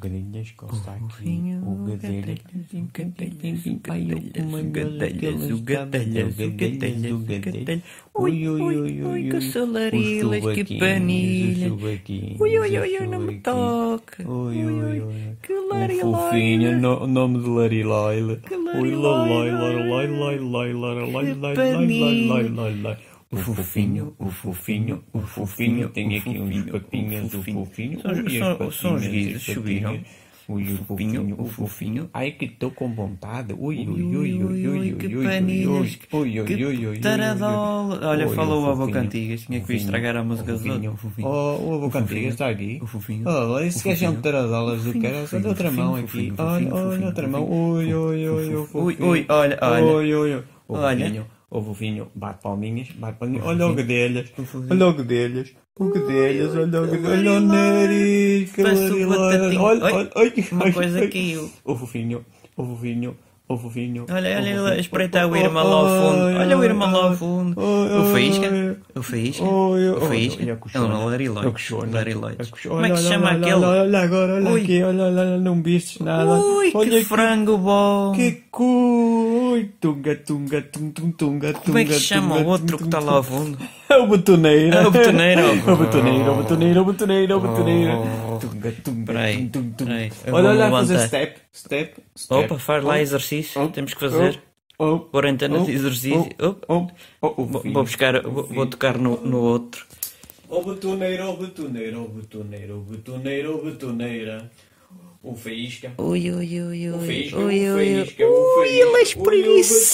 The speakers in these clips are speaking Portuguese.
grande costa aqui, o gadelha, uma gadelha, zugadelha, zugadelha, zugadelha. Ui, ui, ui, ui, que solarilas, que panilhas. Ui, ui, ui, ui, não me toque. Ui, ui, ui. Que Um larilaila. fofinho, no- o nome de Larilaila. Que Ui, lalai, laralai, lalai, laralai, Que lai, lai, lai, lai, paninho. lai, lai. O fofinho, o fofinho, o fofinho, tem aqui uns papinhas, o fofinho. São- Ui, as são- são os papinhas, guizos, as subiram. papinhas. Ui, o fofinho, o fofinho. Ai, que estou com vontade. Ui, ui, ui, ui, ui, que ui, ui, paninhas, ui, ui, que ui, ui, ui, taradola. ui, ui. Olha, Ui, o falou o avô fofinho, um Cantigas, tinha que vir fofinho, estragar a o música dos fofinho, outros. o fofinho. Oh, o avô Cantigas está aqui. O fofinho. Olha, esse gajo O é um fofinho. taradolas do cara. Olha outra mão aqui. Olha, olha outra mão. Ui, ui, ui, o Ui, fofinho. ui, olha, olha. Oi, oi, oi. O Olha. fofinho, o fofinho, bate palminhas, bate palminhas. Olha o guedelhas, olha o guedelhas, o guedelhas, olha o guedelhas, olha o nariz, que Passou larilote. batatinha. Olha, Oi, olha, olha. um uma olha, coisa olha. caiu. O fofinho, o fofinho, o fofinho. Olha, o olha, fofinho. espreita Oh, o irmão lá um ao Oi, fundo. Olha o oi, irmão lá oi. ao fundo. Oi, O oi, oh, Faísca. O Faísca. Oi, oi, O olha, Faísca. É coxona. um larilote. A coxona. Larilote. A coxona. Como é que se Olha, chama olha, aquele? Olha, olha agora, olha Ui. aqui, olha, olha, não viste nada. Ui, olha que frango bom. Que cu! Ui, Tunga, tunga, tum, tum, tunga, tunga. Como é que se chama tunga, o outro tum, que tum, está tum. lá ao fundo? É o botoneiro. É o botoneiro. É o botoneiro, é o botoneiro, é o botoneiro, é o botoneiro. Oh. Tunga, tunga, Peraí, tum, tum, tum. peraí, eu Olha, vou olha, fazer levantar. step, step, step. Opa, faz lá exercício. Temos que fazer. é? Oh, oh, Quarentena oh, de exercício. oh, Opa. oh, oh, oh, Vou filho. vou buscar, vou vou tocar no, no outro. Ó betoneira, ó betoneira, ó betoneira, ó betoneira, ó betoneira. O faísca. Ui, ui, ui, O ui, faísca, ui, o ui. faísca, o Ui, faísca. ele Ui, o espreguiçar-se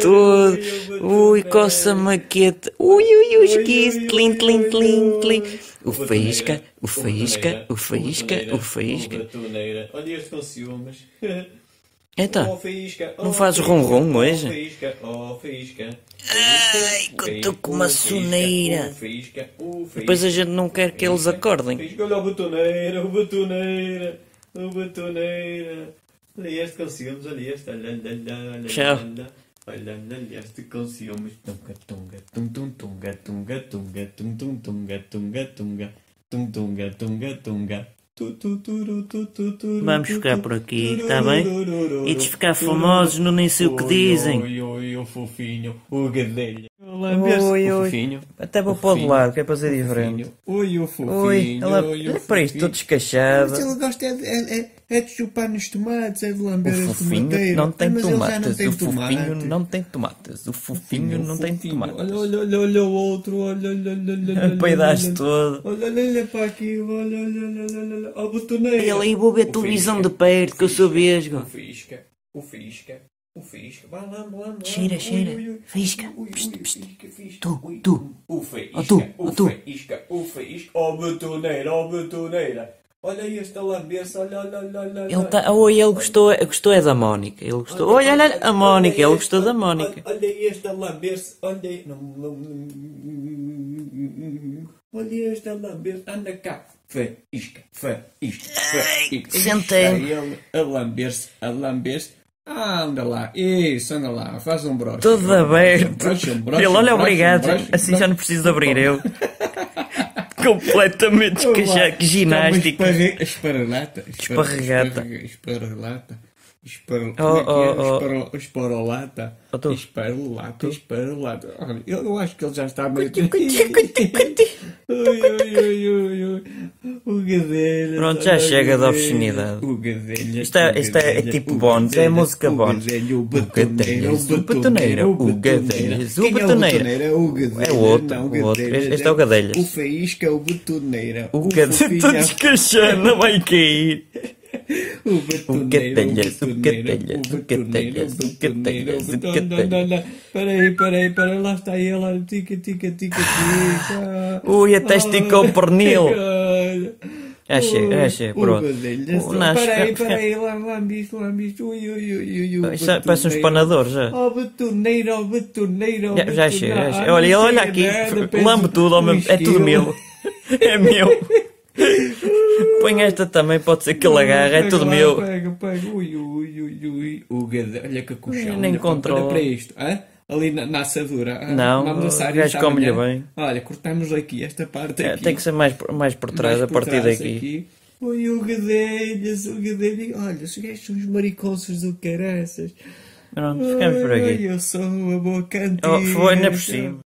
todo. batoneiro, Ui, o coça a maqueta. Ui, ui, ui, ui, esguiço. Tlim, ui, tlim, ui. tlim, tlim. O O batoneira, faísca, o faísca, o faísca, batoneira, o faísca. batoneira. Olha este com ciúmes. Oh, Então, faísca, não oh, fazes faísca, rum-rum oh, hoje? faísca, oh, faísca. Ai, que eu Faísca, tô com uma oh, faísca, soneira. oh, faísca, oh, depois faísca. a gente não quer que eles acordem. Fiz olha o batoneira, o batoneira, o batoneira. Olha este com ciúmes, olha este, olha, olha, olha, olha, Tchau. olha, olha, olha este com ciúmes. Tunga, tunga, tum, tum, tunga, tunga, tunga, tum, tum, tunga, tunga, tunga, tum, tunga, tunga, tunga. Tu, tu, turu, tu, tu, turu, Vamos tu, ficar tu, por aqui, turu, tá bem? turu, E de ficar turu. famosos, não nem sei o que Oi, dizem. Oi, oi, o fofinho, o gadelha. Oi, O oi. fofinho. Até vou O para o fofinho. de lado, que é para ser diferente. Fofinho. Oi, o fofinho. Ui, ela, oi, o olha para isto, fofinho. estou descachada. Mas ele gosta é de, é- é- é de chupar nos tomates, é de lamber O as fofinho tomateiras. não tem Mas ele já não tomates, tem o fofinho tomates. não tem tomates, o fofinho Fofinho, não tem fofinho. Olha, tomates. olha, olha, olha o outro, olha, olha, olha, olha. olha, Peidaste olha. todo. Olha, olha, olha para aqui, olha, olha, olha, olha, olha. Ó, botoneira. Olha aí, vou ver O é televisão Fisca, de perto, que eu sou O vesgo. Fisca, o Fisca, o Fisca. Vai lá, vai lá, vai lá. Cheira, Ui, cheira. ui, ui. Fisca. Ui, ui, Psst, ui, psst. Fisca, Fisca. Tu, Ui, tu. ui. O Fisca, Ó, tu, ó, o tu. Fisca, o Oh, Fisca. Ó, betoneira, ó, betoneira. Olha este a lambeça, olha, olha, olha, olha. Ele tá, oi, ele gostou, gostou é da Mónica. Ele gostou. Olha, olha, a Mónica, ele gostou da Mónica. Olha este a lamber-se. Olha. Não, não, não. Olha este a lamber-se. Anda cá. Faísca, faísca, faísca. sentei. Está ele a lamber-se, a lamber-se. Ah, anda lá. Isso, anda lá. Faz um broche. Todo aberto. Broche, um broche, Ele, um olha, broche, obrigado. um broche, um Assim já não preciso de abrir eu. Completamente descachado. Que ginástica. Esparre... Esparrelata. espar- Esparregata. esparre- Esparrelata. Espar... Oh, oh, Como é que é? Esparo- Esparolata. Oh, tu. Esparolata. Esparolata. Olha, Eu eu acho que ele já está meio... cuti, cuti, cuti. Ui, ui, ui, ui, ui. O gadelha. Pronto, já olha o chega de gadelha, oportunidade. O gadelha. Isto é- o isto é gadelha, tipo o Bones, é gadelha, música o Bones. gadelha, O Gadelha, batoneiro, o batoneiro, é o gadelha, o Quem é batoneiro? É o gadelha. É o outro, não, o outro. gadelha, Este é o gadelhas. O faísca, é o batoneira. O cadê? é Estou descachando, vai cair. O gadelhas, Gadelhas, o Gadelhas, o Gadelhas, o Gadelhas, o Gadelhas. Peraí, peraí, peraí, lá está ele, olha, tica, tica, tica, tica. Ui, até esticou o pernil. É, Olha. Já chega, já Ui, chega, o pronto. gadelhas, O nasce- Peraí, peraí, lá, lá, misto, lá, misto. Ui, ui, ui, ui, ui. Isto é- Parece um batoneiro. espanador já. Oh, betoneiro, oh, betoneiro, oh, É, Já, já chega, já betoneiro. chega. Olha, ele olha aqui, Nada, penso- lambe tudo ao um mesmo É tudo esquilo. meu. É meu. Põe esta também, pode ser que ele agarre, é Pega tudo lá, meu. Pega, pega. Ui, ui, ui, ui. O gado- olha que colchão. Nem olha, controla. Olha para isto. hã? Ali na, na assadura. hã? Não, Vamos o assar gajo isto come-lhe amanhã. bem. Olha, cortamos aqui esta parte É, aqui. Tem que ser mais, por- mais por trás, mais a por partir trás daqui. aqui. Foi o Gadelhas, o Gadelhas. Olha, os gajos são os maricosos do caraças. Pronto, ficamos por Ai, aqui. Eu sou uma boa cantina. Oh, foi ainda por cima.